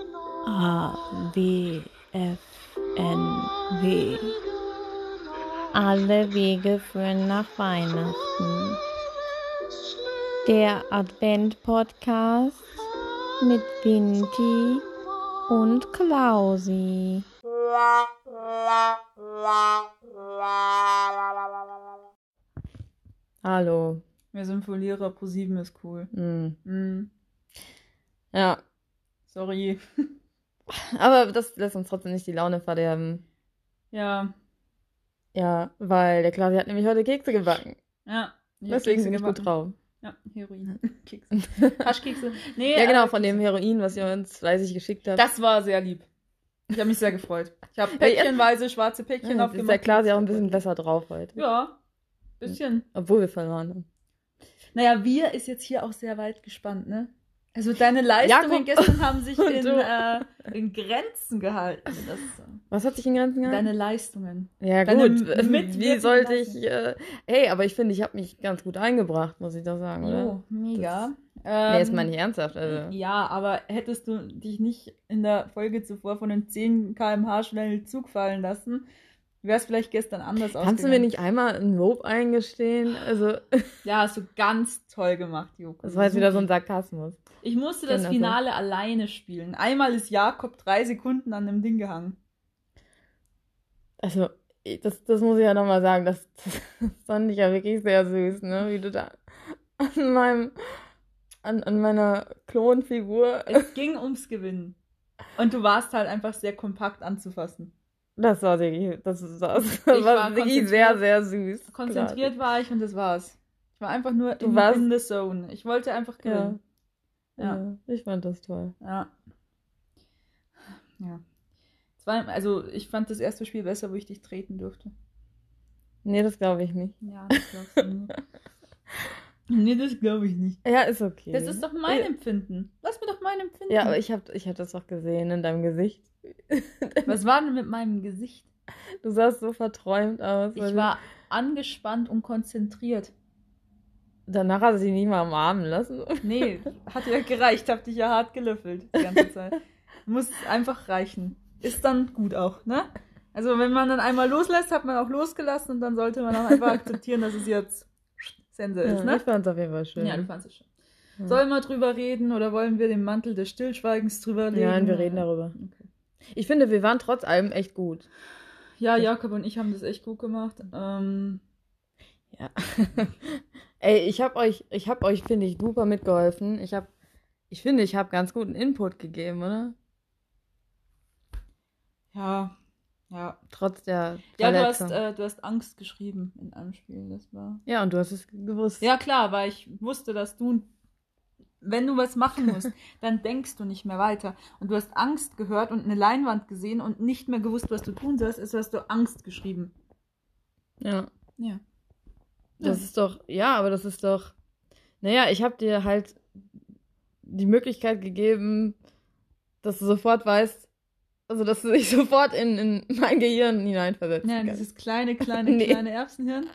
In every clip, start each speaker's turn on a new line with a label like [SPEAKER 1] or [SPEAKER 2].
[SPEAKER 1] A W F N W. Alle Wege führen nach Weihnachten. Der Advent-Podcast mit Vinti und Klausi.
[SPEAKER 2] Hallo.
[SPEAKER 3] Wir sind Verlierer, ProSieben ist cool.
[SPEAKER 2] Hm.
[SPEAKER 3] Mm,
[SPEAKER 2] Ja,
[SPEAKER 3] sorry.
[SPEAKER 2] aber das lässt uns trotzdem nicht die Laune verderben.
[SPEAKER 3] Ja,
[SPEAKER 2] Ja, weil der Klausi hat nämlich heute Kekse gebacken.
[SPEAKER 3] ja. Ich hab
[SPEAKER 2] Deswegen
[SPEAKER 3] Kekse
[SPEAKER 2] bin ich gut
[SPEAKER 3] gebacken.
[SPEAKER 2] drauf.
[SPEAKER 3] Ja, Heroin. Kekse. Haschkekse. Nee,
[SPEAKER 2] Ja, genau,
[SPEAKER 3] aber
[SPEAKER 2] von dem Heroin, was ihr uns fleißig geschickt habt.
[SPEAKER 3] Das war sehr lieb. Ich habe mich sehr gefreut. Ich habe päckchenweise schwarze Päckchen
[SPEAKER 2] ja, jetzt ist der
[SPEAKER 3] aufgemacht.
[SPEAKER 2] Klausi auch ein bisschen besser drauf heute.
[SPEAKER 3] Ja, bisschen.
[SPEAKER 2] Obwohl wir verloren haben.
[SPEAKER 3] Naja, wir ist jetzt hier auch sehr weit gespannt, ne? Also deine
[SPEAKER 2] Jakob
[SPEAKER 3] Leistungen gestern haben sich
[SPEAKER 2] und
[SPEAKER 3] in,
[SPEAKER 2] du.
[SPEAKER 3] äh, in Grenzen gehalten. Das, äh,
[SPEAKER 2] Was hat sich in Grenzen gehalten?
[SPEAKER 3] deine Leistungen.
[SPEAKER 2] ja,
[SPEAKER 3] deine
[SPEAKER 2] gut.
[SPEAKER 3] Mitwirkung
[SPEAKER 2] Wie sollte
[SPEAKER 3] lassen.
[SPEAKER 2] ich. Äh, hey, aber ich finde, ich habe mich ganz gut eingebracht, muss ich doch sagen, oder?
[SPEAKER 3] Oh, mega.
[SPEAKER 2] nee,
[SPEAKER 3] Ähm,
[SPEAKER 2] ist mal nicht ernsthaft. Also.
[SPEAKER 3] Äh, Ja, aber hättest du dich nicht in der Folge zuvor von einem 10 km/h schnellen Zug fallen lassen, wäre es vielleicht gestern anders
[SPEAKER 2] Kannst du mir nicht einmal ein Lob eingestehen? Also,
[SPEAKER 3] Ja, hast du ganz toll gemacht, Joko.
[SPEAKER 2] das war jetzt wieder so ein Sarkasmus.
[SPEAKER 3] Ich musste
[SPEAKER 2] Kenn
[SPEAKER 3] das
[SPEAKER 2] das
[SPEAKER 3] Finale alleine spielen. Einmal ist Jakob drei Sekunden an dem Ding gehangen.
[SPEAKER 2] Also, ich- das, das muss ich ja nochmal sagen, das, das fand ich ja wirklich sehr süß, ne? Wie du da an meinem, an, an meiner Klonfigur.
[SPEAKER 3] Es ging ums Gewinnen. Und du warst halt einfach sehr kompakt anzufassen.
[SPEAKER 2] Das war wirklich, das, ist- das
[SPEAKER 3] war
[SPEAKER 2] war wirklich sehr,
[SPEAKER 3] konzentriert.
[SPEAKER 2] sehr süß.
[SPEAKER 3] Konzentriert war ich und das war's. Ich war einfach nur
[SPEAKER 2] Du
[SPEAKER 3] in,
[SPEAKER 2] warst-
[SPEAKER 3] in the zone. Ich wollte einfach
[SPEAKER 2] Ja.
[SPEAKER 3] gewinnen.
[SPEAKER 2] Ja. ja, ich fand das toll.
[SPEAKER 3] Ja. Ja. Es war, also ich fand das erste Spiel besser, wo ich dich treten durfte.
[SPEAKER 2] Nee, das glaube ich nicht.
[SPEAKER 3] Ja, das glaubst du nicht. nee, das glaube ich nicht.
[SPEAKER 2] Ja, ist okay.
[SPEAKER 3] Das ist doch mein
[SPEAKER 2] Ja.
[SPEAKER 3] Empfinden. Lass mir doch mein Empfinden.
[SPEAKER 2] Ja, aber ich habe ich hab das doch gesehen in deinem Gesicht.
[SPEAKER 3] Was war denn mit meinem Gesicht?
[SPEAKER 2] Du sahst so verträumt aus. weil
[SPEAKER 3] Ich
[SPEAKER 2] du-
[SPEAKER 3] war angespannt und konzentriert.
[SPEAKER 2] Danach hat sie dich nicht mal umarmen lassen.
[SPEAKER 3] Nee, hat ja gereicht, hab dich ja hart gelöffelt die ganze Zeit. Muss einfach reichen. Ist dann gut auch, ne? Also wenn man dann einmal loslässt, hat man auch losgelassen und dann sollte man auch einfach akzeptieren, dass es jetzt Sense ist,
[SPEAKER 2] Ja, ich
[SPEAKER 3] ne?
[SPEAKER 2] fand es auf jeden Fall schön.
[SPEAKER 3] Ja, du fandst es schön.
[SPEAKER 2] Ja.
[SPEAKER 3] Sollen wir drüber reden oder wollen wir den Mantel des Stillschweigens drüber legen?
[SPEAKER 2] Nein, wir reden darüber.
[SPEAKER 3] Okay.
[SPEAKER 2] Ich finde, wir waren trotz allem echt gut.
[SPEAKER 3] Ja, Jakob und ich haben das echt gut gemacht. Ähm,
[SPEAKER 2] Ja. Ey, ich hab euch, ich hab euch, finde ich, super mitgeholfen. Ich hab, ich finde, ich habe ganz guten Input gegeben, oder?
[SPEAKER 3] ja, ja.
[SPEAKER 2] Trotz der
[SPEAKER 3] Ja, du hast,
[SPEAKER 2] Verletzung.
[SPEAKER 3] äh, du hast Angst geschrieben in einem Spiel, das war.
[SPEAKER 2] ja, und du hast es gewusst.
[SPEAKER 3] Ja, klar, weil ich wusste, dass du, wenn du was machen musst, dann denkst du nicht mehr weiter. Und du hast Angst gehört und eine Leinwand gesehen und nicht mehr gewusst, was du tun sollst, also hast du Angst geschrieben.
[SPEAKER 2] Ja.
[SPEAKER 3] Ja.
[SPEAKER 2] Das ist doch, ja, aber das ist doch, naja, ich habe dir halt die Möglichkeit gegeben, dass du sofort weißt, also dass du dich sofort in, in mein Gehirn hineinversetzen
[SPEAKER 3] Ja,
[SPEAKER 2] kannst.
[SPEAKER 3] dieses kleine, kleine,
[SPEAKER 2] Nee.
[SPEAKER 3] kleine Erbsenhirn.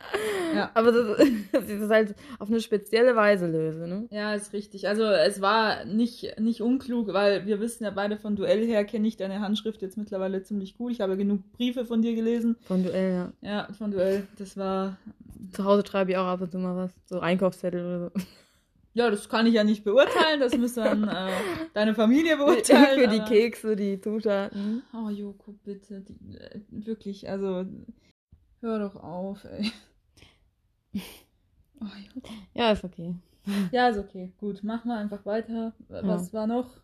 [SPEAKER 3] Ja.
[SPEAKER 2] Aber das, das ist halt auf eine spezielle Weise löse, ne?
[SPEAKER 3] Ja, ist richtig. Also es war nicht, nicht unklug, weil wir wissen ja beide von Duell her, kenne ich deine Handschrift jetzt mittlerweile ziemlich gut. Ich habe genug Briefe von dir gelesen.
[SPEAKER 2] Von Duell, ja.
[SPEAKER 3] Ja, von Duell. Das war.
[SPEAKER 2] Zu Hause schreibe ich auch ab und zu mal was. So Einkaufszettel oder so.
[SPEAKER 3] Ja, das kann ich ja nicht beurteilen. Das muss dann äh, deine Familie beurteilen. Äh,
[SPEAKER 2] Für die
[SPEAKER 3] aber-
[SPEAKER 2] Kekse, die Zutaten.
[SPEAKER 3] Oh, Joko, bitte. Die, äh, wirklich, also. Hör doch auf, ey. Oh, Joko.
[SPEAKER 2] Ja, ist okay.
[SPEAKER 3] ja, ist okay. Gut, machen wir einfach weiter. Was war noch?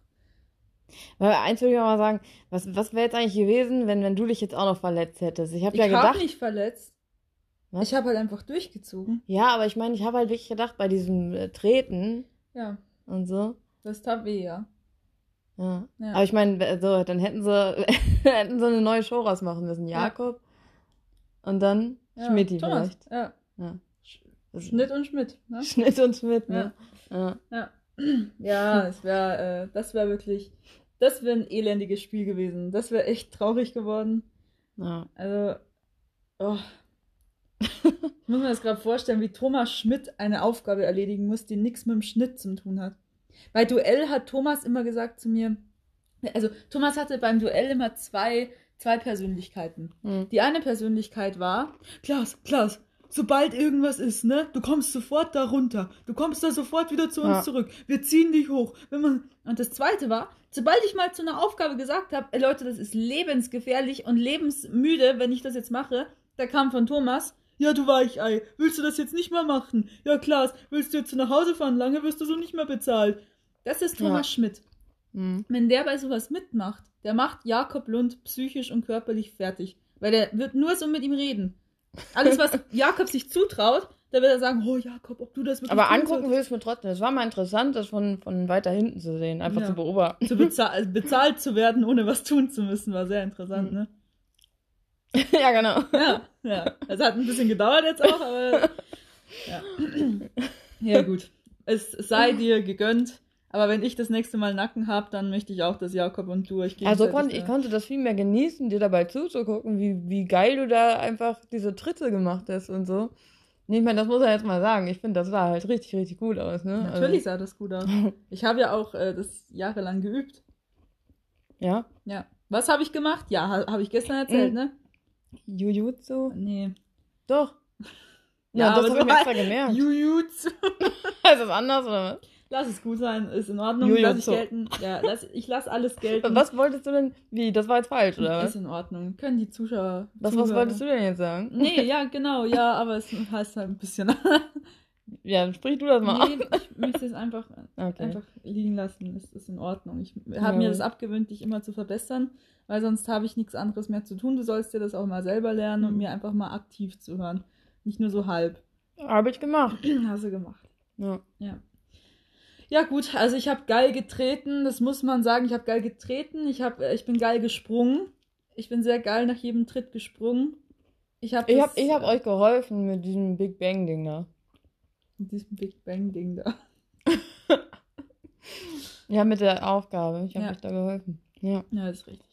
[SPEAKER 2] Aber eins würde ich auch mal sagen, was, was wäre jetzt eigentlich gewesen, wenn, wenn du dich jetzt auch noch verletzt hättest? Ich habe ja
[SPEAKER 3] ich habe
[SPEAKER 2] gedacht,
[SPEAKER 3] mich verletzt.
[SPEAKER 2] Was?
[SPEAKER 3] Ich habe halt einfach durchgezogen.
[SPEAKER 2] ja, aber ich meine, ich habe halt wirklich gedacht, bei diesem äh, Treten
[SPEAKER 3] Ja,
[SPEAKER 2] und so.
[SPEAKER 3] das tat weh, ja.
[SPEAKER 2] Ja.
[SPEAKER 3] Ja.
[SPEAKER 2] Aber ich meine, äh, so, dann hätten sie, hätten sie eine neue Show rausmachen müssen.
[SPEAKER 3] Ja.
[SPEAKER 2] Jakob und dann
[SPEAKER 3] ja.
[SPEAKER 2] Schmidti
[SPEAKER 3] Thomas,
[SPEAKER 2] vielleicht.
[SPEAKER 3] Ja.
[SPEAKER 2] Ja.
[SPEAKER 3] Schnitt und Schmidt. Ne?
[SPEAKER 2] Schnitt und Schmidt, ne? Ja.
[SPEAKER 3] Ja, ja das wäre äh, das wär wirklich, das wäre ein elendiges Spiel gewesen. Das wäre echt traurig geworden.
[SPEAKER 2] Ja.
[SPEAKER 3] Also, oh. ich muss mir das gerade vorstellen, wie Thomas Schmidt eine Aufgabe erledigen muss, die nichts mit dem Schnitt zu tun hat. Bei Duell hat Thomas immer gesagt zu mir, Also Thomas hatte beim Duell immer zwei, zwei Persönlichkeiten.
[SPEAKER 2] Hm.
[SPEAKER 3] Die eine Persönlichkeit war, Klaas, Klaas, sobald irgendwas ist, ne, du kommst sofort da runter. Du kommst da sofort wieder zu uns
[SPEAKER 2] Ja.
[SPEAKER 3] zurück. Wir ziehen dich hoch. Wenn man und das zweite war, sobald ich mal zu einer Aufgabe gesagt habe, ey Leute, das ist lebensgefährlich und lebensmüde, wenn ich das jetzt mache, da kam von Thomas, ja, du Weichei, willst du das jetzt nicht mehr machen? Ja, Klaas, willst du jetzt nach Hause fahren? Lange wirst du so nicht mehr bezahlt. Das ist Thomas Schmidt.
[SPEAKER 2] Hm.
[SPEAKER 3] Wenn der bei sowas mitmacht, der macht Jakob Lund psychisch und körperlich fertig. Weil der wird nur so mit ihm reden. Alles, was Jakob sich zutraut, da wird er sagen, oh Jakob, ob du das wirklich
[SPEAKER 2] Aber
[SPEAKER 3] tun
[SPEAKER 2] angucken
[SPEAKER 3] solltest."
[SPEAKER 2] will ich es mir trotzdem. Es war mal interessant, das von, von weiter hinten zu sehen, einfach
[SPEAKER 3] Ja.
[SPEAKER 2] zu beobachten.
[SPEAKER 3] zu bezahl bezahlt zu werden, ohne was tun zu müssen, war sehr interessant,
[SPEAKER 2] Mhm.
[SPEAKER 3] ne?
[SPEAKER 2] ja, genau.
[SPEAKER 3] Ja, ja. Es hat ein bisschen gedauert jetzt auch, aber ja. ja gut. Es sei dir gegönnt. Aber wenn ich das nächste Mal Nacken habe, dann möchte ich auch, dass Jakob und du euch
[SPEAKER 2] Also
[SPEAKER 3] gegenseitig
[SPEAKER 2] konnt,
[SPEAKER 3] da-
[SPEAKER 2] ich konnte das viel mehr genießen, dir dabei zuzugucken, wie, wie geil du da einfach diese Tritte gemacht hast und so. Nee, ich meine, das muss er jetzt mal sagen. Ich finde, das sah halt richtig, richtig gut aus, ne?
[SPEAKER 3] Natürlich sah das gut aus.
[SPEAKER 2] Also,
[SPEAKER 3] Ich habe ja auch äh, das jahrelang geübt.
[SPEAKER 2] ja.
[SPEAKER 3] Ja. Was habe ich gemacht? Ja, ha habe ich gestern erzählt,
[SPEAKER 2] Mhm.
[SPEAKER 3] ne?
[SPEAKER 2] Jujutsu.
[SPEAKER 3] Nee.
[SPEAKER 2] Doch.
[SPEAKER 3] Ja,
[SPEAKER 2] Ja,
[SPEAKER 3] aber
[SPEAKER 2] das
[SPEAKER 3] so
[SPEAKER 2] habe ich mir
[SPEAKER 3] mal-
[SPEAKER 2] extra gemerkt.
[SPEAKER 3] Jujutsu.
[SPEAKER 2] ist das anders oder
[SPEAKER 3] Lass es gut sein, ist in Ordnung.
[SPEAKER 2] Jujutsu.
[SPEAKER 3] Lass ich gelten. Ja, lass, ich lass alles gelten.
[SPEAKER 2] was? Was wolltest du denn? Wie, das war jetzt falsch, oder
[SPEAKER 3] Ist
[SPEAKER 2] was?
[SPEAKER 3] in Ordnung. Können die Zuschauer.
[SPEAKER 2] Was, was wolltest du denn jetzt sagen?
[SPEAKER 3] Nee, ja, genau, ja, aber es heißt halt ein bisschen.
[SPEAKER 2] Ja, dann sprich du das mal
[SPEAKER 3] nee, ich möchte es einfach,
[SPEAKER 2] ab. Okay.
[SPEAKER 3] einfach liegen lassen. Es ist in Ordnung. Ich
[SPEAKER 2] Ja.
[SPEAKER 3] habe mir das abgewöhnt, dich immer zu verbessern, weil sonst habe ich nichts anderes mehr zu tun. Du sollst dir das auch mal selber lernen und
[SPEAKER 2] Mhm.
[SPEAKER 3] mir einfach mal aktiv zuhören. Nicht nur so halb.
[SPEAKER 2] Habe ich gemacht.
[SPEAKER 3] Hast du gemacht.
[SPEAKER 2] Ja.
[SPEAKER 3] Ja. Ja, gut, also ich habe geil getreten, das muss man sagen. Ich habe geil getreten, ich, hab, ich bin geil gesprungen. Ich bin sehr geil nach jedem Tritt gesprungen. Ich habe
[SPEAKER 2] Ich habe ich
[SPEAKER 3] äh,
[SPEAKER 2] hab euch geholfen mit diesem Big Bang Ding da.
[SPEAKER 3] Mit diesem Big Bang-Ding da.
[SPEAKER 2] Ja, mit der Aufgabe. Ich habe
[SPEAKER 3] Ja.
[SPEAKER 2] euch da geholfen. Ja.
[SPEAKER 3] Ja, das ist richtig.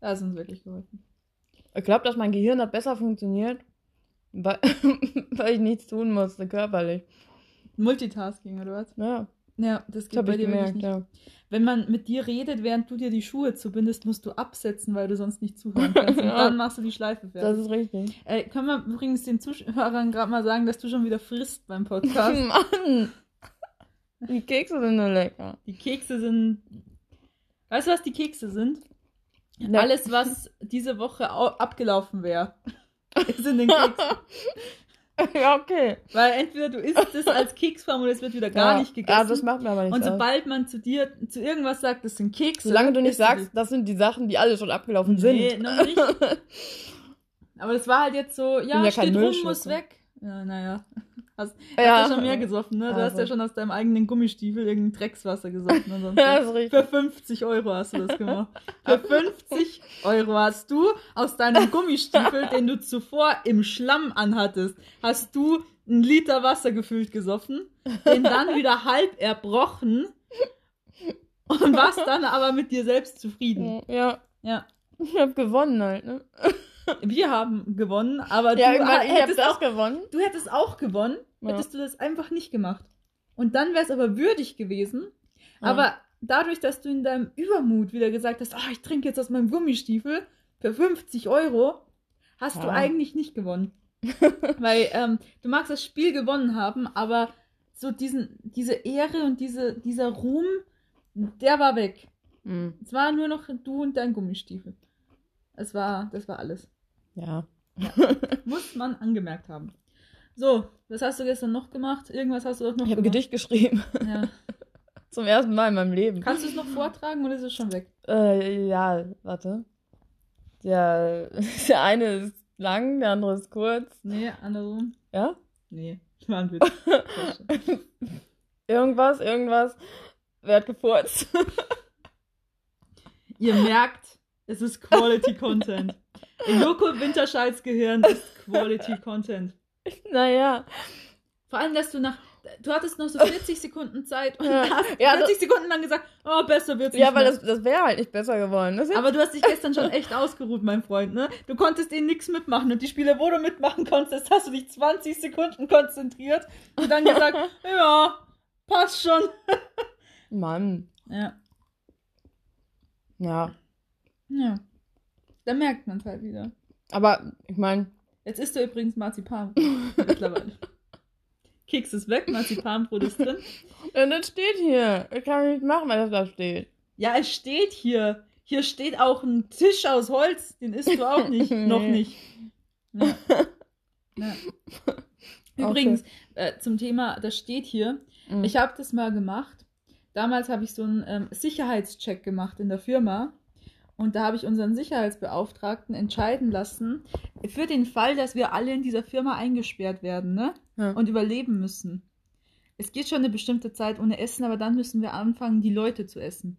[SPEAKER 3] Da hast du uns wirklich geholfen.
[SPEAKER 2] Ich glaube, dass mein Gehirn hat besser funktioniert, weil, weil ich nichts tun musste, körperlich.
[SPEAKER 3] Multitasking oder was?
[SPEAKER 2] Ja,
[SPEAKER 3] Ja, das
[SPEAKER 2] das
[SPEAKER 3] geht
[SPEAKER 2] habe
[SPEAKER 3] bei
[SPEAKER 2] ich
[SPEAKER 3] dir wirklich
[SPEAKER 2] gemerkt,
[SPEAKER 3] nicht.
[SPEAKER 2] ja.
[SPEAKER 3] Wenn man mit dir redet, während du dir die Schuhe zubindest, musst du absetzen, weil du sonst nicht zuhören kannst. Und
[SPEAKER 2] Ja.
[SPEAKER 3] dann machst du die Schleife
[SPEAKER 2] Das
[SPEAKER 3] fertig.
[SPEAKER 2] ist richtig.
[SPEAKER 3] Äh, können wir übrigens den Zuschauern gerade mal sagen, dass du schon wieder frisst beim Podcast?
[SPEAKER 2] Mann! Die Kekse sind nur lecker.
[SPEAKER 3] die Kekse sind. Weißt du, was die Kekse sind?
[SPEAKER 2] Ne.
[SPEAKER 3] Alles, was diese Woche au- abgelaufen wäre, ist in den Keksen.
[SPEAKER 2] ja, okay.
[SPEAKER 3] Weil entweder du isst es als Keksform oder es wird wieder gar
[SPEAKER 2] ja.
[SPEAKER 3] nicht gegessen.
[SPEAKER 2] Ja, das macht mir aber nichts
[SPEAKER 3] Und
[SPEAKER 2] aus.
[SPEAKER 3] sobald man zu dir zu irgendwas sagt, das sind Kekse.
[SPEAKER 2] Solange du nicht
[SPEAKER 3] isst
[SPEAKER 2] sagst, das sind die Sachen, die alle schon
[SPEAKER 3] die.
[SPEAKER 2] abgelaufen
[SPEAKER 3] nee,
[SPEAKER 2] sind.
[SPEAKER 3] noch nicht. Aber das war halt jetzt so, ja,
[SPEAKER 2] ja
[SPEAKER 3] steht
[SPEAKER 2] kein
[SPEAKER 3] rum,
[SPEAKER 2] Müllschlucker.
[SPEAKER 3] muss weg. Ja, naja. Hast,
[SPEAKER 2] Ja.
[SPEAKER 3] hast ja schon mehr gesoffen, ne? Du hast
[SPEAKER 2] Also.
[SPEAKER 3] ja schon aus deinem eigenen Gummistiefel irgendein Dreckswasser gesoffen.
[SPEAKER 2] Ja,
[SPEAKER 3] Ansonsten.
[SPEAKER 2] das ist richtig.
[SPEAKER 3] Für 50 Euro hast du das gemacht. Für 50 Euro hast du aus deinem Gummistiefel, den du zuvor im Schlamm anhattest, hast du einen Liter Wasser gefüllt gesoffen, den dann wieder halb erbrochen und warst dann aber mit dir selbst zufrieden.
[SPEAKER 2] Ja,
[SPEAKER 3] Ja,
[SPEAKER 2] ich habe gewonnen halt, ne?
[SPEAKER 3] wir haben gewonnen, aber
[SPEAKER 2] Ja,
[SPEAKER 3] du
[SPEAKER 2] ich meine, ich habe
[SPEAKER 3] hättest,
[SPEAKER 2] das
[SPEAKER 3] auch,
[SPEAKER 2] gewonnen.
[SPEAKER 3] du hättest auch gewonnen,
[SPEAKER 2] Ja.
[SPEAKER 3] hättest du das einfach nicht gemacht. Und dann wäre es aber würdig gewesen,
[SPEAKER 2] Ja.
[SPEAKER 3] Aber dadurch, dass du in deinem Übermut wieder gesagt hast, ah, ich trinke jetzt aus meinem Gummistiefel für 50 Euro, hast du
[SPEAKER 2] Ja.
[SPEAKER 3] eigentlich nicht gewonnen. Weil ähm, du magst das Spiel gewonnen haben, aber so diesen, diese Ehre und diese, dieser Ruhm, der war weg.
[SPEAKER 2] Hm.
[SPEAKER 3] Es war nur noch du und dein Gummistiefel. Es war, das war alles.
[SPEAKER 2] Ja.
[SPEAKER 3] Muss man angemerkt haben. So, was hast du gestern noch gemacht? Irgendwas hast du doch noch
[SPEAKER 2] Ich habe ein
[SPEAKER 3] gemacht.
[SPEAKER 2] Gedicht geschrieben.
[SPEAKER 3] Ja.
[SPEAKER 2] Zum ersten Mal in meinem Leben.
[SPEAKER 3] Kannst du es noch vortragen oder ist es schon weg?
[SPEAKER 2] Äh, ja, warte. Der, der eine ist lang, der andere ist kurz.
[SPEAKER 3] Nee, andersrum.
[SPEAKER 2] Ja?
[SPEAKER 3] Nee, war ein Witz. Sehr schön.
[SPEAKER 2] Irgendwas, irgendwas. Wer hat gefurzt?
[SPEAKER 3] Ihr merkt, es ist Quality Content. In Joko Winterscheids Gehirn ist Quality Content.
[SPEAKER 2] naja.
[SPEAKER 3] Vor allem, dass du nach. Du hattest noch so 40 Sekunden Zeit und
[SPEAKER 2] Ja.
[SPEAKER 3] hast
[SPEAKER 2] Ja,
[SPEAKER 3] 40 Sekunden lang gesagt, oh, besser wird's
[SPEAKER 2] Ja,
[SPEAKER 3] nicht
[SPEAKER 2] weil
[SPEAKER 3] mehr.
[SPEAKER 2] das, das wäre halt nicht besser geworden. Das
[SPEAKER 3] Aber du hast dich gestern schon echt ausgeruht, mein Freund, ne? Du konntest ihnen nichts mitmachen und die Spiele, wo du mitmachen konntest, hast du dich 20 Sekunden konzentriert und dann gesagt, ja, passt schon.
[SPEAKER 2] Mann.
[SPEAKER 3] Ja.
[SPEAKER 2] Ja.
[SPEAKER 3] Ja. Da merkt man es halt wieder.
[SPEAKER 2] Aber ich meine,
[SPEAKER 3] Jetzt isst du übrigens Marzipan. mittlerweile. Keks ist weg, Marzipanbrot ist drin.
[SPEAKER 2] das steht hier. Ich kann nicht machen, weil das da steht.
[SPEAKER 3] Ja, es steht hier. Hier steht auch ein Tisch aus Holz. Den isst du auch nicht.
[SPEAKER 2] Nee.
[SPEAKER 3] Noch nicht. Ja. Ja. Übrigens, äh, zum Thema, das steht hier.
[SPEAKER 2] Mhm.
[SPEAKER 3] Ich habe das mal gemacht. Damals habe ich so einen ähm, Sicherheitscheck gemacht in der Firma. Und da habe ich unseren Sicherheitsbeauftragten entscheiden lassen, für den Fall, dass wir alle in dieser Firma eingesperrt werden ne?
[SPEAKER 2] Ja.
[SPEAKER 3] und überleben müssen. Es geht schon eine bestimmte Zeit ohne Essen, aber dann müssen wir anfangen, die Leute zu essen.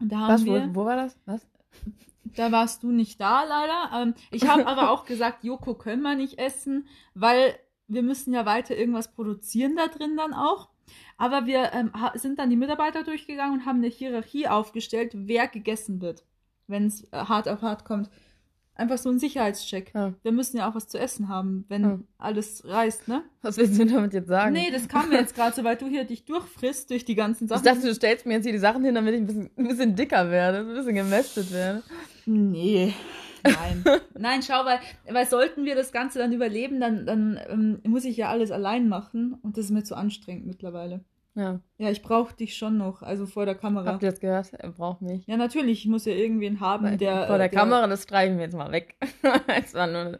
[SPEAKER 3] Und da haben
[SPEAKER 2] Was,
[SPEAKER 3] wir,
[SPEAKER 2] wo, wo war das? Was?
[SPEAKER 3] da warst du nicht da, leider. Ähm, ich habe aber auch gesagt, Joko können wir nicht essen, weil wir müssen ja weiter irgendwas produzieren da drin dann auch. Aber wir ähm, ha- sind dann die Mitarbeiter durchgegangen und haben eine Hierarchie aufgestellt, wer gegessen wird, wenn es äh, hart auf hart kommt. Einfach so ein Sicherheitscheck.
[SPEAKER 2] Ja.
[SPEAKER 3] Wir müssen ja auch was zu essen haben, wenn
[SPEAKER 2] Ja.
[SPEAKER 3] alles reißt, ne?
[SPEAKER 2] Was willst du damit jetzt sagen?
[SPEAKER 3] Nee, das kam mir jetzt gerade so, weil du hier dich durchfrisst durch die ganzen
[SPEAKER 2] ich
[SPEAKER 3] Sachen.
[SPEAKER 2] dachte, du stellst mir jetzt hier die Sachen hin, damit ich ein bisschen, ein bisschen dicker werde, ein bisschen gemästet werde.
[SPEAKER 3] Nee. Nein. Nein, schau, weil, weil sollten wir das Ganze dann überleben, dann, dann ähm, muss ich ja alles allein machen und das ist mir zu anstrengend mittlerweile.
[SPEAKER 2] Ja,
[SPEAKER 3] Ja, ich brauche dich schon noch, also vor der Kamera.
[SPEAKER 2] habt ihr das gehört? Er braucht mich.
[SPEAKER 3] Ja, natürlich, ich muss ja irgendwen haben, der.
[SPEAKER 2] Vor
[SPEAKER 3] äh,
[SPEAKER 2] der Kamera, das streichen wir jetzt mal weg. das war nur...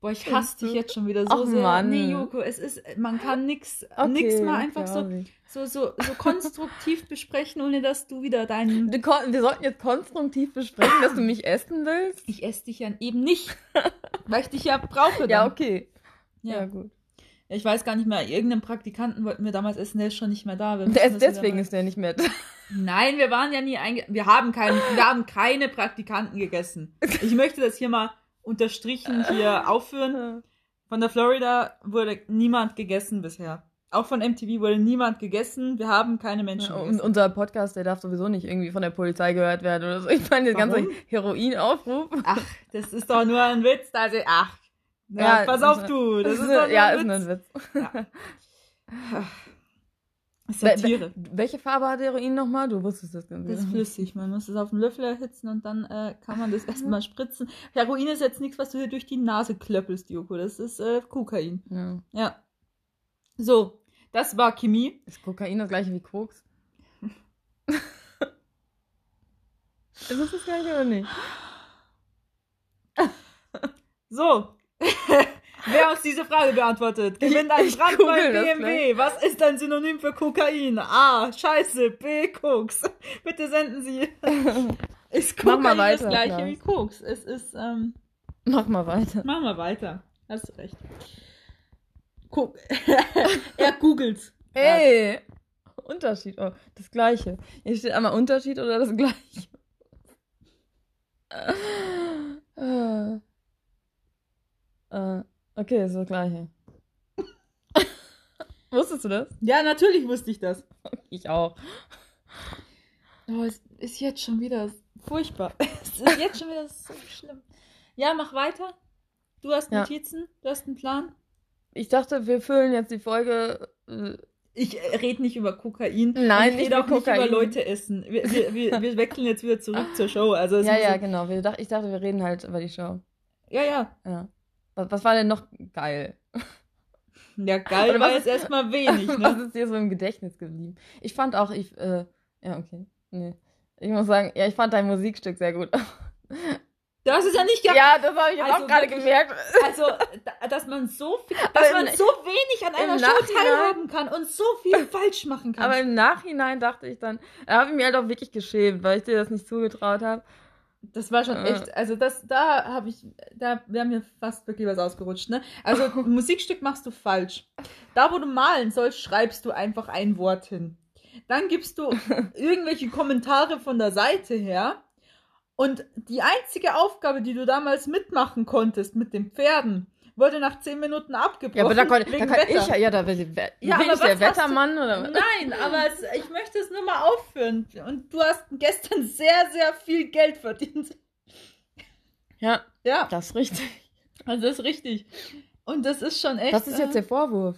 [SPEAKER 3] Boah, ich hasse dich jetzt schon wieder so
[SPEAKER 2] Ach,
[SPEAKER 3] sehr.
[SPEAKER 2] Mann.
[SPEAKER 3] Nee, Joko, es ist, man kann nix, nix mal einfach so,
[SPEAKER 2] Klausi.
[SPEAKER 3] so, so, so konstruktiv besprechen, ohne dass du wieder deinen.
[SPEAKER 2] Wir, kon- wir sollten jetzt konstruktiv besprechen, dass du mich essen willst.
[SPEAKER 3] Ich esse dich ja eben nicht, weil ich dich ja brauche.
[SPEAKER 2] Ja,
[SPEAKER 3] dann.
[SPEAKER 2] okay.
[SPEAKER 3] Ja.
[SPEAKER 2] gut.
[SPEAKER 3] Ja, Ich weiß gar nicht mehr, irgendeinen Praktikanten wollten wir damals essen, der ist schon nicht mehr da. Wir müssen
[SPEAKER 2] Der ist,
[SPEAKER 3] das wieder
[SPEAKER 2] deswegen
[SPEAKER 3] mal-
[SPEAKER 2] ist der nicht mit.
[SPEAKER 3] Nein, wir waren ja nie einge... Wir haben, keinen, wir haben keine Praktikanten gegessen. Ich möchte das hier mal unterstrichen, hier aufführen. Von der Florida wurde niemand gegessen bisher. Auch von MTV wurde niemand gegessen. Wir haben keine Menschen
[SPEAKER 2] Und
[SPEAKER 3] gegessen.
[SPEAKER 2] unser Podcast, der darf sowieso nicht irgendwie von der Polizei gehört werden oder so. Ich meine, der ganze
[SPEAKER 3] Warum?
[SPEAKER 2] Heroinaufruf.
[SPEAKER 3] Ach, das ist doch nur ein Witz. Also, ach, na,
[SPEAKER 2] Ja,
[SPEAKER 3] pass
[SPEAKER 2] das
[SPEAKER 3] auf
[SPEAKER 2] ist-
[SPEAKER 3] du. Das, ist,
[SPEAKER 2] ne-
[SPEAKER 3] doch nur
[SPEAKER 2] ja,
[SPEAKER 3] ein
[SPEAKER 2] ist nur ein
[SPEAKER 3] Witz.
[SPEAKER 2] Witz.
[SPEAKER 3] Satire.
[SPEAKER 2] Wel- wel- Welche Farbe hat Heroin nochmal? Du wusstest das ganz
[SPEAKER 3] Das ist
[SPEAKER 2] genau.
[SPEAKER 3] flüssig. Man muss es auf den Löffel erhitzen und dann äh, kann man das erstmal spritzen. Heroin ist jetzt nichts, was du dir durch die Nase klöppelst, Joko. Das ist äh, Kokain.
[SPEAKER 2] Ja.
[SPEAKER 3] Ja. So, das war Chemie.
[SPEAKER 2] Ist Kokain das gleiche wie Koks? ist es das gleiche oder nicht?
[SPEAKER 3] So. Wer uns diese Frage beantwortet, gewinnt einen
[SPEAKER 2] ich
[SPEAKER 3] Brand
[SPEAKER 2] google
[SPEAKER 3] beim
[SPEAKER 2] das
[SPEAKER 3] BMW. Was ist ein Synonym für Kokain? A. Scheiße. B. Koks. Bitte senden Sie. Ist
[SPEAKER 2] Mach
[SPEAKER 3] Kokain
[SPEAKER 2] mal
[SPEAKER 3] das
[SPEAKER 2] weiter,
[SPEAKER 3] gleiche
[SPEAKER 2] Klaus.
[SPEAKER 3] wie Koks? Es ist, ähm,
[SPEAKER 2] Mach mal weiter.
[SPEAKER 3] Machen wir weiter. Hast du recht. Guck. er googelt.
[SPEAKER 2] Ey! Unterschied. Oh, das gleiche. Hier steht einmal Unterschied oder das gleiche. Äh, äh, okay, ist das gleiche. Wusstest du das?
[SPEAKER 3] Ja, natürlich wusste ich das.
[SPEAKER 2] Ich auch.
[SPEAKER 3] Oh, es ist jetzt schon wieder furchtbar. Es ist jetzt schon wieder so schlimm. Ja, mach weiter. Du hast
[SPEAKER 2] Ja.
[SPEAKER 3] Notizen, du hast einen Plan.
[SPEAKER 2] Ich dachte, wir füllen jetzt die Folge. äh,
[SPEAKER 3] Ich rede nicht über Kokain.
[SPEAKER 2] Nein,
[SPEAKER 3] ich
[SPEAKER 2] nicht
[SPEAKER 3] rede auch
[SPEAKER 2] über
[SPEAKER 3] nicht
[SPEAKER 2] Kokain.
[SPEAKER 3] über Leute essen. Wir, wir, wir, wir wechseln jetzt wieder zurück zur Show. Also es
[SPEAKER 2] Ja,
[SPEAKER 3] muss-
[SPEAKER 2] ja, genau. Wir dach, ich dachte, wir reden halt über die Show.
[SPEAKER 3] ja, ja.
[SPEAKER 2] Ja. Was, was war denn noch geil?
[SPEAKER 3] Ja, geil
[SPEAKER 2] Oder
[SPEAKER 3] war
[SPEAKER 2] was-
[SPEAKER 3] jetzt erstmal wenig,
[SPEAKER 2] Was
[SPEAKER 3] ne?
[SPEAKER 2] ist dir so im Gedächtnis geblieben? Ich fand auch, ich, äh, ja, okay. Nee. Ich muss sagen, ja, ich fand dein Musikstück sehr gut.
[SPEAKER 3] Das ist ja nicht
[SPEAKER 2] Ja, das habe ich jetzt
[SPEAKER 3] also
[SPEAKER 2] auch gerade
[SPEAKER 3] wirklich-
[SPEAKER 2] gemerkt.
[SPEAKER 3] Also, da- dass man so viel,
[SPEAKER 2] Aber
[SPEAKER 3] dass
[SPEAKER 2] im-
[SPEAKER 3] man so wenig an
[SPEAKER 2] im
[SPEAKER 3] einer Show
[SPEAKER 2] Nachhinein-
[SPEAKER 3] teilhaben kann und so viel falsch machen kann.
[SPEAKER 2] Aber im Nachhinein dachte ich dann, da habe ich mir halt auch wirklich geschämt, weil ich dir das nicht zugetraut habe.
[SPEAKER 3] das war schon
[SPEAKER 2] Äh.
[SPEAKER 3] echt, also das, da habe ich, da wäre mir fast wirklich was ausgerutscht, ne? Also, ein Musikstück machst du falsch. Da, wo du malen sollst, schreibst du einfach ein Wort hin. Dann gibst du irgendwelche Kommentare von der Seite her. Und die einzige Aufgabe, die du damals mitmachen konntest mit den Pferden, wurde nach zehn Minuten abgebrochen.
[SPEAKER 2] Ja, aber da konnte da
[SPEAKER 3] wegen
[SPEAKER 2] kann
[SPEAKER 3] Wetter.
[SPEAKER 2] ich ja, ja, da bin
[SPEAKER 3] Ja,
[SPEAKER 2] bin
[SPEAKER 3] aber
[SPEAKER 2] ich der
[SPEAKER 3] was hast du- Ne.
[SPEAKER 2] Wettermann oder was?
[SPEAKER 3] Nein, aber es, ich möchte es nur mal aufführen. Und du hast gestern sehr, sehr viel Geld verdient.
[SPEAKER 2] Ja,
[SPEAKER 3] Ja,
[SPEAKER 2] das ist richtig.
[SPEAKER 3] also das ist richtig. Und das ist schon echt.
[SPEAKER 2] Das ist jetzt
[SPEAKER 3] äh,
[SPEAKER 2] der Vorwurf.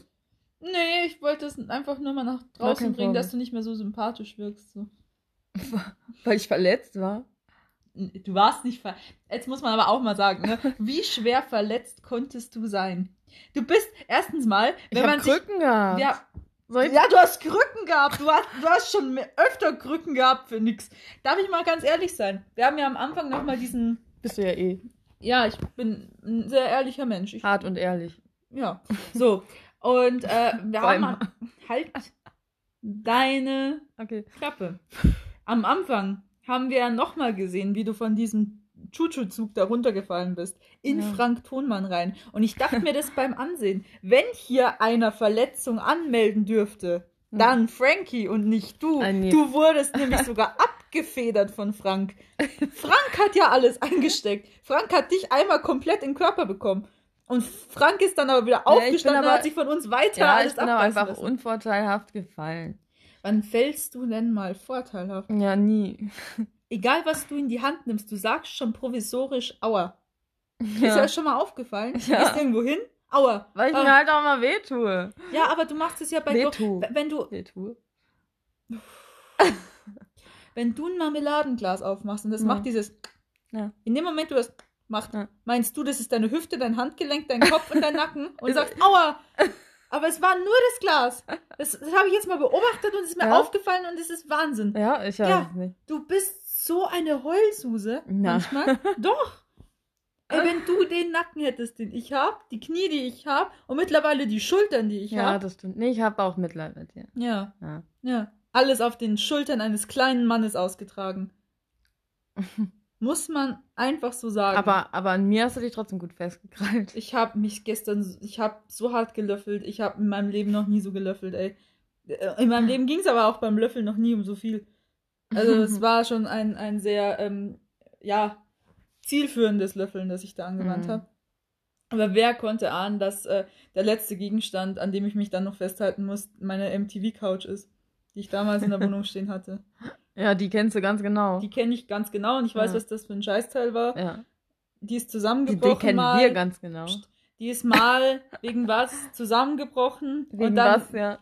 [SPEAKER 3] Nee, ich wollte es einfach nur mal nach
[SPEAKER 2] Gar
[SPEAKER 3] draußen
[SPEAKER 2] kein
[SPEAKER 3] bringen, dass
[SPEAKER 2] Problem.
[SPEAKER 3] du nicht mehr so sympathisch wirkst. So.
[SPEAKER 2] Weil ich verletzt war.
[SPEAKER 3] du warst nicht ver Jetzt muss man aber auch mal sagen, ne? wie schwer verletzt konntest du sein? Du bist erstens mal, wenn
[SPEAKER 2] ich
[SPEAKER 3] man
[SPEAKER 2] hab
[SPEAKER 3] sich,
[SPEAKER 2] Krücken gehabt.
[SPEAKER 3] ja,
[SPEAKER 2] Soll ich
[SPEAKER 3] ja, du hast Krücken gehabt. Du hast, du hast schon mehr- öfter Krücken gehabt für nix. Darf ich mal ganz ehrlich sein? Wir haben ja am Anfang nochmal diesen.
[SPEAKER 2] Bist du ja eh
[SPEAKER 3] Ja, ich bin ein sehr ehrlicher Mensch. Ich,
[SPEAKER 2] hart und ehrlich.
[SPEAKER 3] ja. So. Und äh, wir
[SPEAKER 2] Vor
[SPEAKER 3] haben
[SPEAKER 2] allem-
[SPEAKER 3] halt deine
[SPEAKER 2] Okay.
[SPEAKER 3] Klappe. Am Anfang haben wir ja nochmal gesehen, wie du von diesem Chuchu-Zug da runtergefallen bist. In
[SPEAKER 2] Ja.
[SPEAKER 3] Frank Thonmann rein. Und ich dachte mir das beim Ansehen. Wenn hier einer Verletzung anmelden dürfte, dann Frankie und nicht du.
[SPEAKER 2] Ah, Hm. nee.
[SPEAKER 3] Du wurdest nämlich sogar abgefedert von Frank. Frank hat ja alles eingesteckt. Frank hat dich einmal komplett in den Körper bekommen. Und Frank ist dann aber wieder
[SPEAKER 2] ich bin
[SPEAKER 3] aufgestanden und
[SPEAKER 2] aber-
[SPEAKER 3] hat sich von uns weiter
[SPEAKER 2] Ja,
[SPEAKER 3] alles
[SPEAKER 2] ich bin aber
[SPEAKER 3] abreißen
[SPEAKER 2] einfach
[SPEAKER 3] lassen.
[SPEAKER 2] unvorteilhaft gefallen.
[SPEAKER 3] Wann fällst du denn mal vorteilhaft?
[SPEAKER 2] Ja, nie.
[SPEAKER 3] egal was du in die Hand nimmst, du sagst schon provisorisch Aua. Ist dir
[SPEAKER 2] Ja.
[SPEAKER 3] das schon mal aufgefallen?
[SPEAKER 2] Ja.
[SPEAKER 3] Gehst irgendwo hin? Aua.
[SPEAKER 2] Weil ich
[SPEAKER 3] Ah.
[SPEAKER 2] mir halt auch mal wehtue.
[SPEAKER 3] Ja, aber du machst es ja bei doch,
[SPEAKER 2] Wehtue.
[SPEAKER 3] wenn du
[SPEAKER 2] Wehtue.
[SPEAKER 3] wenn du ein Marmeladenglas aufmachst und das
[SPEAKER 2] Ja.
[SPEAKER 3] macht dieses
[SPEAKER 2] Ja.
[SPEAKER 3] in dem Moment du das macht,
[SPEAKER 2] Ja.
[SPEAKER 3] meinst du, das ist deine Hüfte, dein Handgelenk, dein Kopf und dein Nacken und sagst Aua. Aber es war nur das Glas. Das, das habe ich jetzt mal beobachtet und es ist mir
[SPEAKER 2] Ja.
[SPEAKER 3] aufgefallen und es ist Wahnsinn.
[SPEAKER 2] Ja, ich weiß
[SPEAKER 3] Ja.
[SPEAKER 2] es nicht.
[SPEAKER 3] Du bist so eine Heulsuse
[SPEAKER 2] Na.
[SPEAKER 3] manchmal. Doch. Ey, wenn du den Nacken hättest, den ich hab, die Knie, die ich hab und mittlerweile die Schultern, die ich
[SPEAKER 2] Ja,
[SPEAKER 3] hab.
[SPEAKER 2] das stimmt. Nee, ich habe auch Mitleid mit dir.
[SPEAKER 3] Ja,
[SPEAKER 2] Ja.
[SPEAKER 3] ja. Alles auf den Schultern eines kleinen Mannes ausgetragen. Muss man einfach so sagen.
[SPEAKER 2] Aber, aber an mir hast du dich trotzdem gut festgekrallt.
[SPEAKER 3] ich hab mich gestern, so- ich hab so hart gelöffelt. Ich hab in meinem Leben noch nie so gelöffelt, ey. Äh, In meinem Leben ging's aber auch beim Löffeln noch nie um so viel. Also es war schon ein, ein sehr, ähm, ja, zielführendes Löffeln, das ich da angewandt
[SPEAKER 2] Mhm.
[SPEAKER 3] habe. Aber wer konnte ahnen, dass äh, der letzte Gegenstand, an dem ich mich dann noch festhalten muss, meine MTV-Couch ist, die ich damals in der Wohnung stehen hatte.
[SPEAKER 2] Ja, die kennst du ganz genau.
[SPEAKER 3] Die kenne ich ganz genau und ich weiß,
[SPEAKER 2] Ja.
[SPEAKER 3] was das für ein Scheißteil war.
[SPEAKER 2] ja.
[SPEAKER 3] Die ist
[SPEAKER 2] die,
[SPEAKER 3] zusammengebrochen
[SPEAKER 2] die kennen
[SPEAKER 3] mal.
[SPEAKER 2] wir ganz genau.
[SPEAKER 3] Psst. Die ist mal wegen was zusammengebrochen.
[SPEAKER 2] Wegen
[SPEAKER 3] und dann,
[SPEAKER 2] was, ja.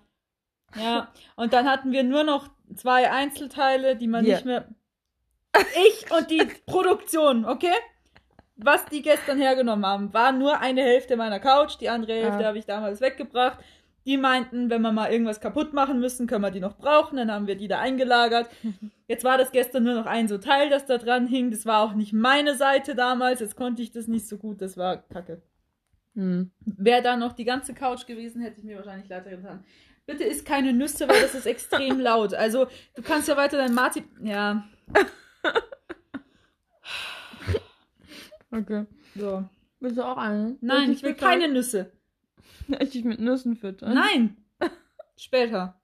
[SPEAKER 3] Ja, und dann hatten wir nur noch zwei Einzelteile, die man
[SPEAKER 2] Wir.
[SPEAKER 3] nicht mehr. Ich und die Produktion, okay? Was die gestern hergenommen haben, war nur eine Hälfte meiner Couch, die andere Hälfte
[SPEAKER 2] Ah.
[SPEAKER 3] habe ich damals weggebracht. Die meinten, wenn wir mal irgendwas kaputt machen müssen, können wir die noch brauchen. Dann haben wir die da eingelagert. Jetzt war das gestern nur noch ein so Teil, das da dran hing. Das war auch nicht meine Seite damals. Jetzt konnte ich das nicht so gut. Das war kacke.
[SPEAKER 2] Hm.
[SPEAKER 3] Wäre da noch die ganze Couch gewesen, hätte ich mir wahrscheinlich leider getan. Bitte isst keine Nüsse, weil das ist extrem laut. Also, du kannst ja weiter dein Marti. Ja,
[SPEAKER 2] Okay.
[SPEAKER 3] so.
[SPEAKER 2] Willst du auch eine?
[SPEAKER 3] Nein, ich will keine Nüsse.
[SPEAKER 2] Ich dich mit Nüssen füttern.
[SPEAKER 3] Nein! Später.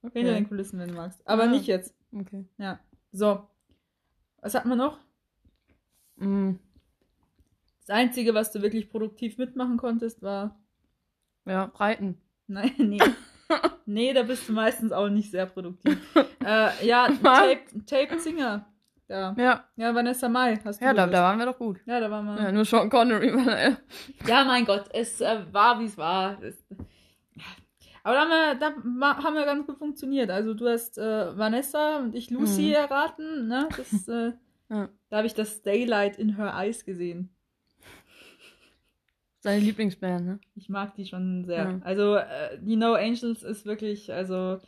[SPEAKER 3] Hinter
[SPEAKER 2] Okay.
[SPEAKER 3] den Kulissen, wenn du magst. Aber
[SPEAKER 2] Ja.
[SPEAKER 3] nicht jetzt.
[SPEAKER 2] okay.
[SPEAKER 3] Ja. So. Was hatten wir noch?
[SPEAKER 2] Mm,
[SPEAKER 3] Das Einzige, was du wirklich produktiv mitmachen konntest, war.
[SPEAKER 2] ja, reiten.
[SPEAKER 3] Nein, nee. Nee, da bist du meistens auch nicht sehr produktiv. äh, ja,
[SPEAKER 2] Was?
[SPEAKER 3] Taped, Taped Singer. Ja.
[SPEAKER 2] Ja,
[SPEAKER 3] ja, Vanessa Mai hast du.
[SPEAKER 2] ja da, da
[SPEAKER 3] gelöst.
[SPEAKER 2] waren wir doch gut.
[SPEAKER 3] ja, da war mal.
[SPEAKER 2] Ja, nur Sean Connery war da.
[SPEAKER 3] Ja, mein Gott, es äh, war, wie es war. Es, aber da haben, wir, da ma- haben wir ganz gut funktioniert. Also du hast äh, Vanessa und ich Lucy
[SPEAKER 2] Mhm.
[SPEAKER 3] erraten. Ne? Das, äh,
[SPEAKER 2] Ja.
[SPEAKER 3] Da habe ich das Daylight in Her Eyes gesehen.
[SPEAKER 2] Seine Lieblingsband, ne?
[SPEAKER 3] Ich mag die schon sehr.
[SPEAKER 2] Ja.
[SPEAKER 3] Also äh, die No Angels ist wirklich also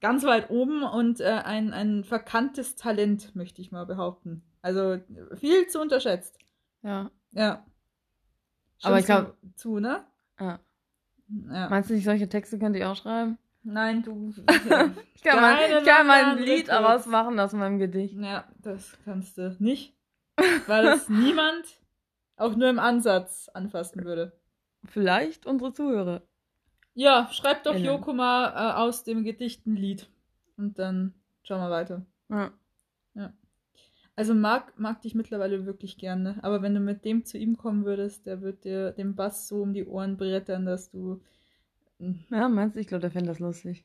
[SPEAKER 3] ganz weit oben und äh, ein, ein verkanntes Talent, möchte ich mal behaupten. Also viel zu unterschätzt.
[SPEAKER 2] Ja.
[SPEAKER 3] Ja.
[SPEAKER 2] Aber ich glaub-
[SPEAKER 3] zu, zu, ne?
[SPEAKER 2] ja.
[SPEAKER 3] Ja.
[SPEAKER 2] Meinst du nicht, solche Texte könnte ich auch schreiben?
[SPEAKER 3] Nein, du.
[SPEAKER 2] Ich kann, mein,
[SPEAKER 3] Keine
[SPEAKER 2] ich kann mein
[SPEAKER 3] langen
[SPEAKER 2] Lied
[SPEAKER 3] Rückwärts.
[SPEAKER 2] daraus machen aus meinem Gedicht.
[SPEAKER 3] Ja, das kannst du nicht, weil es niemand auch nur im Ansatz anfassen würde.
[SPEAKER 2] Vielleicht unsere Zuhörer.
[SPEAKER 3] Ja, schreib doch
[SPEAKER 2] Innen.
[SPEAKER 3] Joko mal äh, aus dem Gedicht ein Lied. Und dann schauen wir weiter.
[SPEAKER 2] Ja.
[SPEAKER 3] Also Marc mag dich mittlerweile wirklich gerne, aber wenn du mit dem zu ihm kommen würdest, der wird dir den Bass so um die Ohren brettern, dass du... hm,
[SPEAKER 2] ja, meinst du? Ich glaube, der fände das lustig.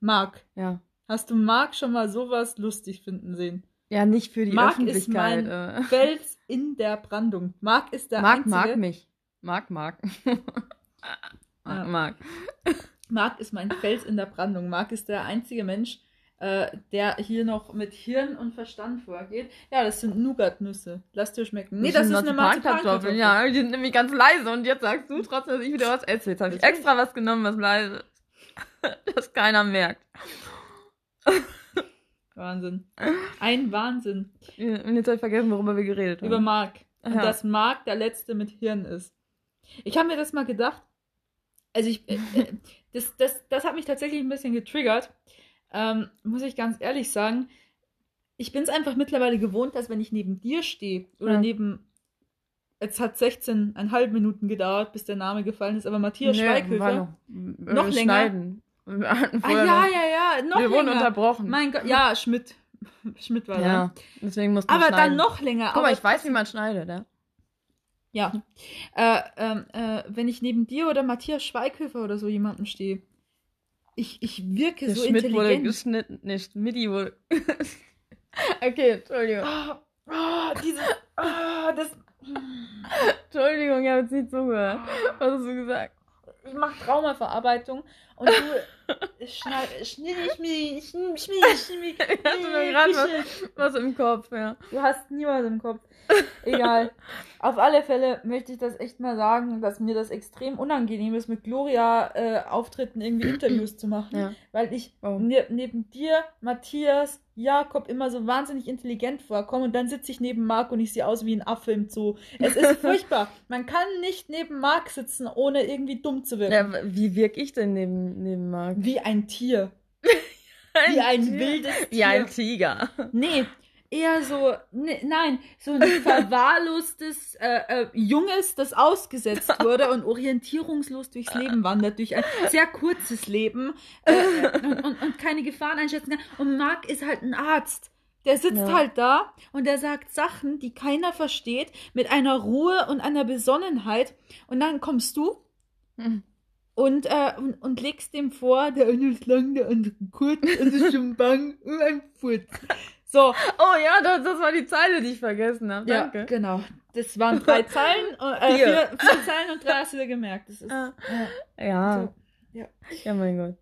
[SPEAKER 3] Marc,
[SPEAKER 2] Ja.
[SPEAKER 3] hast du Marc schon mal sowas lustig finden sehen?
[SPEAKER 2] Ja, nicht für die
[SPEAKER 3] Marc ist
[SPEAKER 2] Öffentlichkeit.
[SPEAKER 3] mein-
[SPEAKER 2] äh.
[SPEAKER 3] Fels in der Brandung. Marc ist der
[SPEAKER 2] Marc
[SPEAKER 3] einzige...
[SPEAKER 2] mag mich. Marc mag. Marc mag.
[SPEAKER 3] Marc ist mein Fels in der Brandung. Marc ist der einzige Mensch, äh, der hier noch mit Hirn und Verstand vorgeht. Ja, das sind Nougat-Nüsse. Lass dir schmecken. Nee, das ist eine Marzipankartoffel.
[SPEAKER 2] Ja, die sind nämlich ganz leise und jetzt sagst du trotzdem, dass ich wieder was esse. Jetzt habe ich extra was genommen, was leise ist. dass keiner merkt.
[SPEAKER 3] Wahnsinn. Ein Wahnsinn.
[SPEAKER 2] Und jetzt habe ich vergessen, worüber wir geredet haben.
[SPEAKER 3] Über Mark. Und
[SPEAKER 2] Ja.
[SPEAKER 3] dass Mark der Letzte mit Hirn ist. Ich habe mir das mal gedacht. Also ich, äh, äh, das, das, das hat mich tatsächlich ein bisschen getriggert. Ähm, muss ich ganz ehrlich sagen. Ich bin es einfach mittlerweile gewohnt, dass wenn ich neben dir stehe oder
[SPEAKER 2] Ja.
[SPEAKER 3] neben, jetzt hat 16,5 Minuten gedauert, bis der Name gefallen ist, aber Matthias Schweighöfer.
[SPEAKER 2] Noch, äh,
[SPEAKER 3] Noch länger.
[SPEAKER 2] Schneiden. Wir hatten
[SPEAKER 3] Ah
[SPEAKER 2] vorher
[SPEAKER 3] ja,
[SPEAKER 2] noch-
[SPEAKER 3] ja, ja, noch
[SPEAKER 2] wir wurden
[SPEAKER 3] länger.
[SPEAKER 2] unterbrochen.
[SPEAKER 3] Mein Gott, ja, Schmidt. Schmidt war da.
[SPEAKER 2] ja, deswegen mussten wir
[SPEAKER 3] Aber
[SPEAKER 2] schneiden.
[SPEAKER 3] dann noch länger.
[SPEAKER 2] Guck
[SPEAKER 3] aber
[SPEAKER 2] mal, ich weiß, wie man schneidet, ja.
[SPEAKER 3] Ja. Äh, ähm, äh, wenn ich neben dir oder Matthias Schweighöfer oder so jemandem stehe, ich, ich wirke
[SPEAKER 2] Der
[SPEAKER 3] so
[SPEAKER 2] Schmidt wurde
[SPEAKER 3] intelligent.
[SPEAKER 2] geschnitten, nee, Schmidti wurde... okay, Entschuldigung.
[SPEAKER 3] Ah, ah, diese, ah, das,
[SPEAKER 2] Entschuldigung, ich habe jetzt nicht zugehört. Was hast du gesagt?
[SPEAKER 3] ich mache Traumaverarbeitung und du schneidest.
[SPEAKER 2] Ich hatte nur gerade was, was im Kopf, ja.
[SPEAKER 3] Du hast nie was im Kopf. Egal. Auf alle Fälle möchte ich das echt mal sagen, dass mir das extrem unangenehm ist, mit Gloria-Auftritten irgendwie Interviews zu machen.
[SPEAKER 2] Ja.
[SPEAKER 3] Weil ich
[SPEAKER 2] Warum?
[SPEAKER 3] ne neben dir, Matthias, Jakob immer so wahnsinnig intelligent vorkomme und dann sitze ich neben Marc und ich sehe aus wie ein Affe im Zoo. Es ist furchtbar. Man kann nicht neben Marc sitzen, ohne irgendwie dumm zu wirken.
[SPEAKER 2] Ja, wie wirke ich denn neben, neben Marc?
[SPEAKER 3] Wie ein Tier. Wie ein wildes Tier.
[SPEAKER 2] Wie ein Tiger.
[SPEAKER 3] Nee, eher so, ne, nein, so ein verwahrlostes äh, äh, Junges, das ausgesetzt wurde und orientierungslos durchs Leben wandert, durch ein sehr kurzes Leben äh, und, und, und keine Gefahren einschätzen kann. Und Marc ist halt ein Arzt. Der sitzt
[SPEAKER 2] Ja.
[SPEAKER 3] halt da und der sagt Sachen, die keiner versteht, mit einer Ruhe und einer Besonnenheit. Und dann kommst du und, äh, und, und legst dem vor, der eine ist lang, der andere kurz, und ist schon bang, und ein Furz. So,
[SPEAKER 2] Oh ja, das, das war die Zeile, die ich vergessen habe.
[SPEAKER 3] ja,
[SPEAKER 2] Danke.
[SPEAKER 3] genau. Das waren drei Zeilen, äh,
[SPEAKER 2] Vier.
[SPEAKER 3] vier. Vier, Zeilen und drei hast du dir gemerkt. Das ist,
[SPEAKER 2] Ah.
[SPEAKER 3] äh,
[SPEAKER 2] Ja.
[SPEAKER 3] So, ja.
[SPEAKER 2] Ja, mein Gott.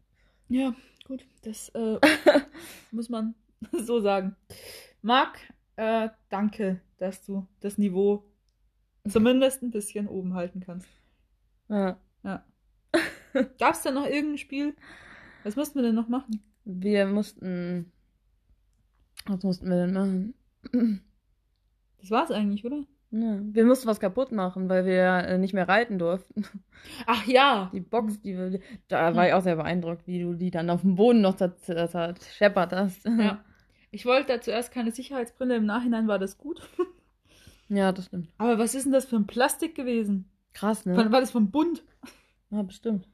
[SPEAKER 3] ja, gut, das äh, muss man so sagen. Marc, äh, danke, dass du das Niveau zumindest ein bisschen oben halten kannst.
[SPEAKER 2] Ja.
[SPEAKER 3] Gab es da noch irgendein Spiel? Was mussten wir denn noch machen?
[SPEAKER 2] Wir mussten. Was mussten wir denn machen?
[SPEAKER 3] Das war's eigentlich, oder?
[SPEAKER 2] Ja. Wir mussten was kaputt machen, weil wir äh, nicht mehr reiten durften.
[SPEAKER 3] Ach ja,
[SPEAKER 2] Die Box, die wir. Da war ich auch sehr beeindruckt, wie du die dann auf dem Boden noch zer- zer- zer- zerscheppert hast.
[SPEAKER 3] Ja. Ich wollte da zuerst keine Sicherheitsbrille, im Nachhinein war das gut.
[SPEAKER 2] Ja, das stimmt.
[SPEAKER 3] Aber was ist denn das für ein Plastik gewesen?
[SPEAKER 2] Krass, ne?
[SPEAKER 3] Von- War das vom Bund?
[SPEAKER 2] Ja, bestimmt.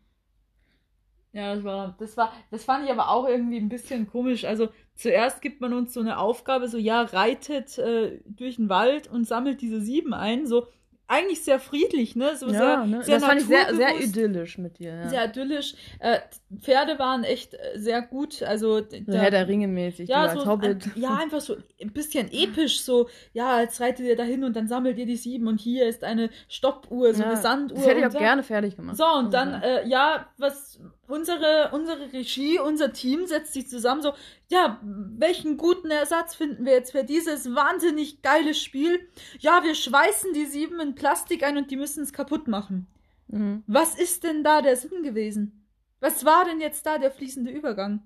[SPEAKER 3] Ja, das war, das war, das fand ich aber auch irgendwie ein bisschen komisch. Also zuerst gibt man uns so eine Aufgabe, so ja, reitet äh, durch den Wald und sammelt diese sieben ein. So eigentlich sehr friedlich, ne? So
[SPEAKER 2] ja,
[SPEAKER 3] sehr,
[SPEAKER 2] ne?
[SPEAKER 3] sehr
[SPEAKER 2] das fand ich sehr, sehr
[SPEAKER 3] naturbewusst,
[SPEAKER 2] idyllisch mit dir. Ja.
[SPEAKER 3] sehr idyllisch. Äh, Pferde waren echt äh, sehr gut. Also d-
[SPEAKER 2] so
[SPEAKER 3] da-
[SPEAKER 2] Herr der Ringe mäßig, du
[SPEAKER 3] ja,
[SPEAKER 2] als
[SPEAKER 3] so
[SPEAKER 2] Hobbit.
[SPEAKER 3] Ein, ja, einfach so ein bisschen episch, so, ja, jetzt reitet ihr dahin und dann sammelt ihr die sieben und hier ist eine Stoppuhr, so
[SPEAKER 2] Ja,
[SPEAKER 3] eine Sanduhr.
[SPEAKER 2] Das hätte ich
[SPEAKER 3] und
[SPEAKER 2] auch
[SPEAKER 3] so.
[SPEAKER 2] gerne fertig gemacht.
[SPEAKER 3] So, und dann,
[SPEAKER 2] Also,
[SPEAKER 3] äh, ja, was unsere, unsere Regie, unser Team setzt sich zusammen, so, ja, welchen guten Ersatz finden wir jetzt für dieses wahnsinnig geile Spiel? Ja, wir schweißen die sieben in Plastik ein und die müssen es kaputt machen.
[SPEAKER 2] mhm.
[SPEAKER 3] Was ist denn da der Sinn gewesen? Was war denn jetzt da der fließende Übergang?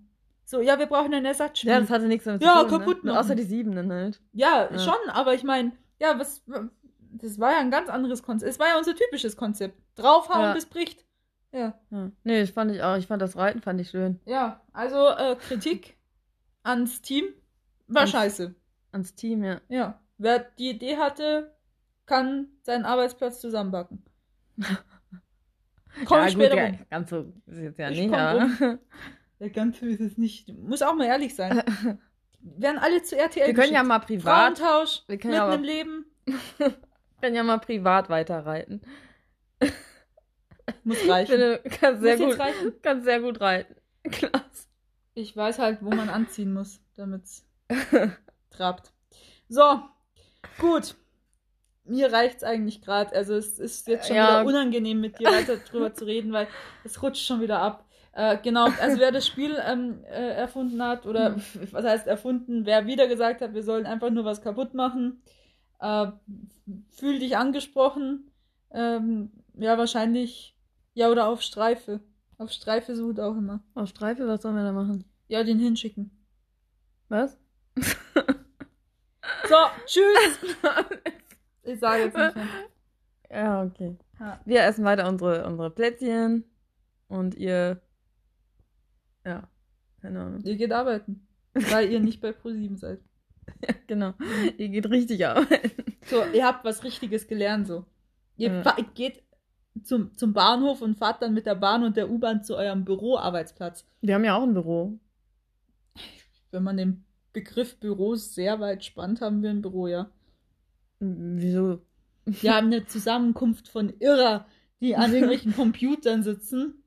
[SPEAKER 3] So, ja, wir brauchen ein Ersatzspiel.
[SPEAKER 2] Ja, das hatte nichts damit
[SPEAKER 3] Ja,
[SPEAKER 2] zu tun.
[SPEAKER 3] kaputt
[SPEAKER 2] ne?
[SPEAKER 3] machen.
[SPEAKER 2] Außer die Siebenen halt.
[SPEAKER 3] Ja,
[SPEAKER 2] Ja.
[SPEAKER 3] schon, aber ich meine, ja, was. Das war ja ein ganz anderes Konzept. Es war ja unser typisches Konzept. Draufhauen,
[SPEAKER 2] Ja.
[SPEAKER 3] bis bricht. Ja.
[SPEAKER 2] Ja. Nee, das fand ich auch. Ich fand das Reiten fand ich schön.
[SPEAKER 3] Ja, also äh, Kritik ans Team war
[SPEAKER 2] Ans-
[SPEAKER 3] scheiße.
[SPEAKER 2] Ans Team, ja.
[SPEAKER 3] Ja. Wer die Idee hatte, kann seinen Arbeitsplatz zusammenbacken. Komm
[SPEAKER 2] ja,
[SPEAKER 3] später
[SPEAKER 2] ja,
[SPEAKER 3] rum.
[SPEAKER 2] Ganz so ist jetzt ja
[SPEAKER 3] Ich
[SPEAKER 2] nicht,
[SPEAKER 3] komm
[SPEAKER 2] aber.
[SPEAKER 3] Der ganze ist es nicht. Muss auch mal ehrlich sein. Werden alle zu RTL.
[SPEAKER 2] Wir können ja
[SPEAKER 3] geschickt.
[SPEAKER 2] mal privat.
[SPEAKER 3] Frauentausch,
[SPEAKER 2] Wir
[SPEAKER 3] mitten
[SPEAKER 2] können aber-
[SPEAKER 3] im Leben.
[SPEAKER 2] können ja mal privat weiterreiten.
[SPEAKER 3] Muss
[SPEAKER 2] Ich
[SPEAKER 3] reichen.
[SPEAKER 2] finde, du kannst sehr
[SPEAKER 3] Muss
[SPEAKER 2] gut,
[SPEAKER 3] jetzt reichen.
[SPEAKER 2] kannst sehr gut reiten. Klasse.
[SPEAKER 3] Ich weiß halt, wo man anziehen muss, damit's trabt. So, gut. Mir reicht's eigentlich gerade. Also es ist jetzt schon
[SPEAKER 2] Ja.
[SPEAKER 3] wieder unangenehm, mit dir weiter drüber zu reden, weil es rutscht schon wieder ab. Äh, genau, also wer das Spiel ähm, äh, erfunden hat oder was heißt erfunden, wer wieder gesagt hat, wir sollen einfach nur was kaputt machen, äh, fühl dich angesprochen, ähm, ja wahrscheinlich, ja oder auf Streife. Auf Streife sucht auch immer.
[SPEAKER 2] Auf Streife, was sollen wir da machen?
[SPEAKER 3] Ja, den hinschicken.
[SPEAKER 2] Was?
[SPEAKER 3] So, tschüss! ich sage jetzt nicht mehr.
[SPEAKER 2] Ja, okay.
[SPEAKER 3] Ja.
[SPEAKER 2] Wir essen weiter unsere, unsere Plätzchen und ihr. Ja, keine Ahnung.
[SPEAKER 3] Ihr geht arbeiten, weil ihr nicht bei ProSieben seid.
[SPEAKER 2] Genau. Ihr geht richtig arbeiten.
[SPEAKER 3] So, ihr habt was Richtiges gelernt, so. Ihr
[SPEAKER 2] Ja.
[SPEAKER 3] fa- geht zum, zum Bahnhof und fahrt dann mit der Bahn und der U-Bahn zu eurem Büroarbeitsplatz.
[SPEAKER 2] Wir haben ja auch ein Büro.
[SPEAKER 3] Wenn man den Begriff Büros sehr weit spannt, haben wir ein Büro, ja.
[SPEAKER 2] Wieso?
[SPEAKER 3] Wir haben eine Zusammenkunft von Irrer, die an irgendwelchen Computern sitzen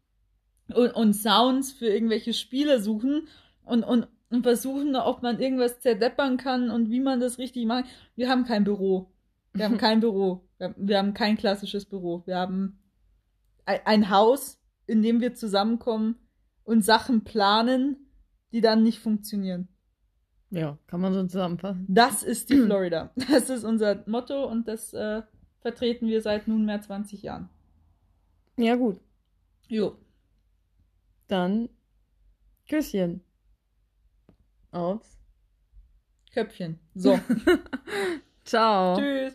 [SPEAKER 3] und, und Sounds für irgendwelche Spiele suchen und, und, und versuchen, ob man irgendwas zerdeppern kann und wie man das richtig macht. Wir haben kein Büro. Wir haben kein Büro. Wir haben, wir haben kein klassisches Büro. Wir haben ein, ein Haus, in dem wir zusammenkommen und Sachen planen, die dann nicht funktionieren.
[SPEAKER 2] Ja, kann man so zusammenfassen.
[SPEAKER 3] Das ist die Florida. Das ist unser Motto und das äh, vertreten wir seit nunmehr 20 Jahren.
[SPEAKER 2] Ja, gut.
[SPEAKER 3] Jo.
[SPEAKER 2] Dann Küsschen. Aufs.
[SPEAKER 3] Köpfchen. So.
[SPEAKER 2] Ciao.
[SPEAKER 3] Tschüss.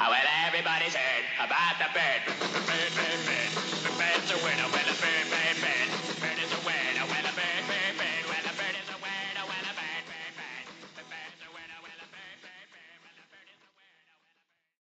[SPEAKER 4] Oh, well, everybody's heard about the bird. Bird, bird, bird. The bird's a winner when a bird, bird, bird. bird.